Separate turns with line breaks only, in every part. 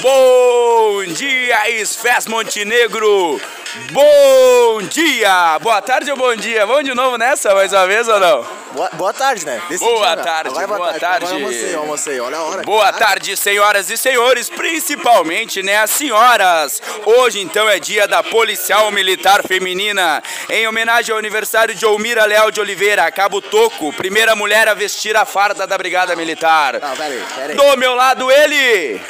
Bom dia, Esfés Montenegro! Bom dia! Boa tarde ou bom dia? Vamos de novo nessa mais uma vez ou não?
Boa, boa tarde, né?
Boa
né?
tarde,
Agora é
boa tarde.
Agora eu almocei, eu almocei, olha a hora.
Boa
Caralho.
tarde, senhoras e senhores, principalmente né, as senhoras. Hoje então é dia da policial militar feminina, em homenagem ao aniversário de Olmira Leal de Oliveira, Cabo Toco, primeira mulher a vestir a farda da Brigada Militar.
Ah, Não, peraí, peraí.
Do meu lado ele,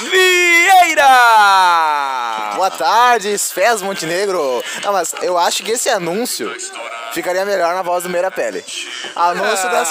Vieira.
Boa tarde, Fez Montenegro. Não, mas eu acho que esse anúncio ficaria melhor na voz do Meira Pele. Anúncio
Ah,
das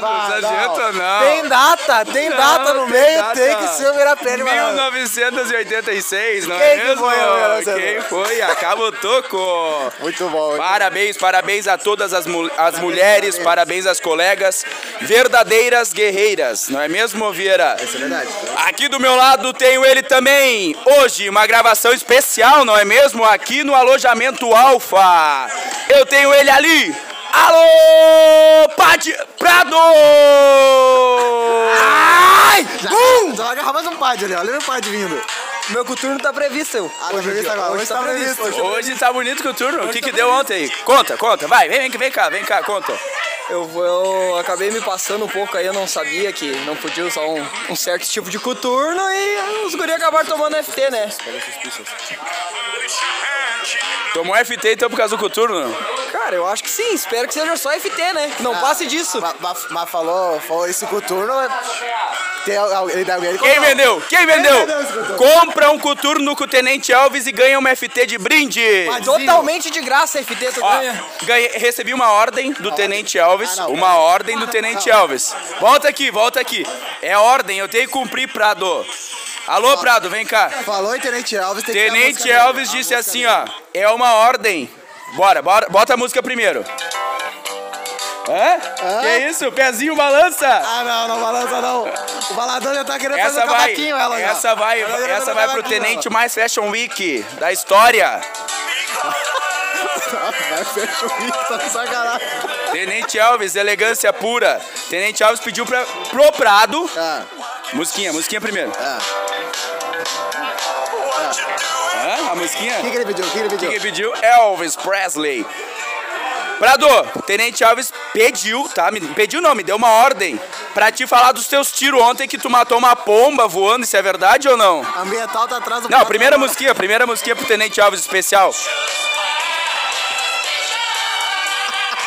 não, não adianta, não.
Tem data, tem
Não,
data no
tem
meio,
data.
tem que ser o Meira Pele, mano.
1986, não
Quem
é
que
mesmo?
foi, meu
Quem
Deus?
foi? Acabo toco.
Muito bom.
Parabéns, parabéns a todas as, mu- as mulheres, parabéns às colegas, verdadeiras guerreiras, não é mesmo, Vieira?
Isso é verdade.
Aqui do meu lado tenho ele também. Hoje, uma gravação especial, não é mesmo? Aqui no alojamento Alfa. Eu tenho ele ali. Alô, Pati Prado!
Ah! Ai! Um! Joga mais um pad ali, olha o pad vindo.
Meu coturno tá previsto, eu.
Ah, tá previsto agora, hoje tá previsto.
Hoje tá bonito com o turno. O que, que deu ontem? Conta, conta, vai, vem, vem cá, vem cá, conta.
Eu, eu acabei me passando um pouco aí, eu não sabia que não podia usar um, um certo tipo de coturno e os guri acabaram tomando FT, né?
Tomou FT então por causa do coturno?
Cara, eu acho que sim, espero que seja só FT, né? Que não passe disso.
Mas, falou, falou esse coturno. é- Tem alguém da alguém.
Quem vendeu? Quem vendeu?
vendeu esse coturno?
Compra um coturno com o Tenente Alves e ganha uma FT de brinde.
Ah, Totalmente de graça FT, tu
Ó,
ganha.
ganhei- recebi uma ordem do Tenente Alves,
Ah, não.
uma ordem do Tenente Alves. Volta aqui, volta aqui. É ordem, eu tenho que cumprir, Prado. Alô, Prado, vem cá.
Falou, e Tenente Alves. Tem que ter a
Tenente
música
Alves
dele.
disse
A
assim, ó, é uma ordem. Bora, bora, bota a música primeiro. Hã? Que isso? Pezinho balança.
Ah, não, não balança não. O balador já tá querendo
Essa
fazer um
vai,
cavaquinho, ela já.
essa vai,
Ela já
essa
tá fazendo
vai pro
cavaquinho,
Tenente mais Fashion Week da história.
ela. Vai, fecha o bico, tá de sacanagem.
Tenente Alves, elegância pura. Tenente Alves pediu pra, pro Prado.
Ah,
Musiquinha, musiquinha primeiro.
ah.
Hã? A
O que,
musiquinha?
que ele pediu? O que ele
O que
pediu?
que pediu? Elvis Presley. Prado, Tenente Alves pediu, tá? Me pediu não, me deu uma ordem pra te falar dos teus tiros ontem que tu matou uma pomba voando, isso é verdade ou não?
A Ambiental tá atrás do
Não,
prato,
primeira
não.
musiquinha, primeira musiquinha pro Tenente Alves especial.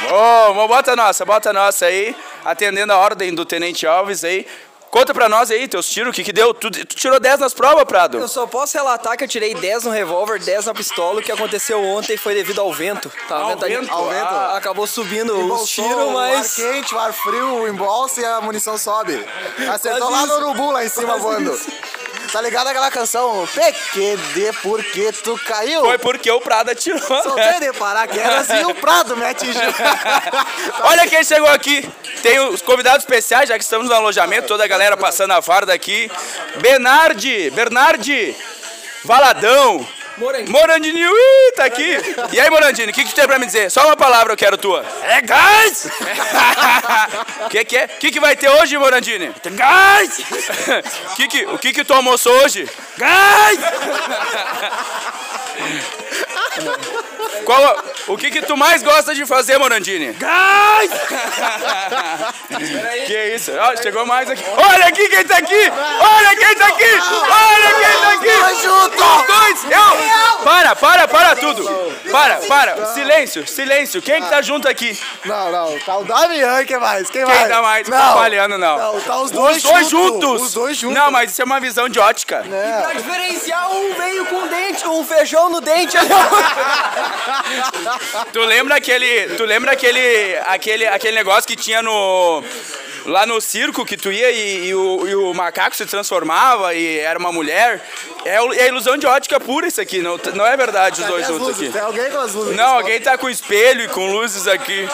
Bom, bom, bota a nossa, bota a nossa aí, atendendo a ordem do Tenente Alves aí. Conta pra nós aí, teus tiros, o que que deu? Tu, tu tirou 10 nas provas, Prado?
Eu só posso relatar que eu tirei 10 no revólver, 10 na pistola. O que aconteceu ontem foi devido ao vento. Tá?
Ao
Ventania-
vento?
Ao vento.
Ah.
Acabou subindo
Embolsou
os tiros, mas...
O ar quente, o ar frio, o embolso e a munição sobe. Acertou lá
Quase
no
isso.
urubu, lá em cima,
Quase
voando.
isso.
Tá ligado aquela canção? PQD, por que tu caiu?
Foi porque o Prado atirou. né?
Soltei de paraquedas e o Prado me atingiu.
Olha quem chegou aqui. Tem os convidados especiais, já que estamos no alojamento, toda a galera passando a farda aqui. Bernardi, Bernardi, Valadão,
Morandini.
Morandini, ui, tá aqui. E aí, Morandini, o que, que tu tem pra me dizer? Só uma palavra eu quero tua. É gás! O que, que é? O que, que vai ter hoje, Morandini? Tem gás! que que, o que, que tu almoçou hoje? Gás! Qual, a- o que, que tu mais gosta de fazer, Morandini? Gás! que isso? Ó, chegou mais aqui. Olha aqui quem tá aqui! Olha quem tá aqui! Olha quem tá aqui!
Tamo junto!
Os dois! Eu! Para, para, para tudo! Para, para! Silêncio, silêncio! Quem que tá junto aqui?
Não, não, tá o Damian, quem mais? Quem,
Quem
mais?
tá mais?
Não,
Tá falhando, não.
Não, tá os dois,
Os dois
junto,
juntos!
Os dois juntos.
Não, mas isso é uma visão de ótica.
Pra diferenciar, um veio com dente, um feijão no dente.
Tu lembra aquele, tu lembra aquele, aquele, aquele negócio que tinha no lá no circo que tu ia e, e o, e o macaco se transformava e era uma mulher? É, o- é ilusão de ótica pura isso aqui, não, não é verdade os
Cadê
dois
as
juntos
luzes?
aqui.
Tem alguém com as luzes?
Não, alguém tá com espelho e com luzes aqui.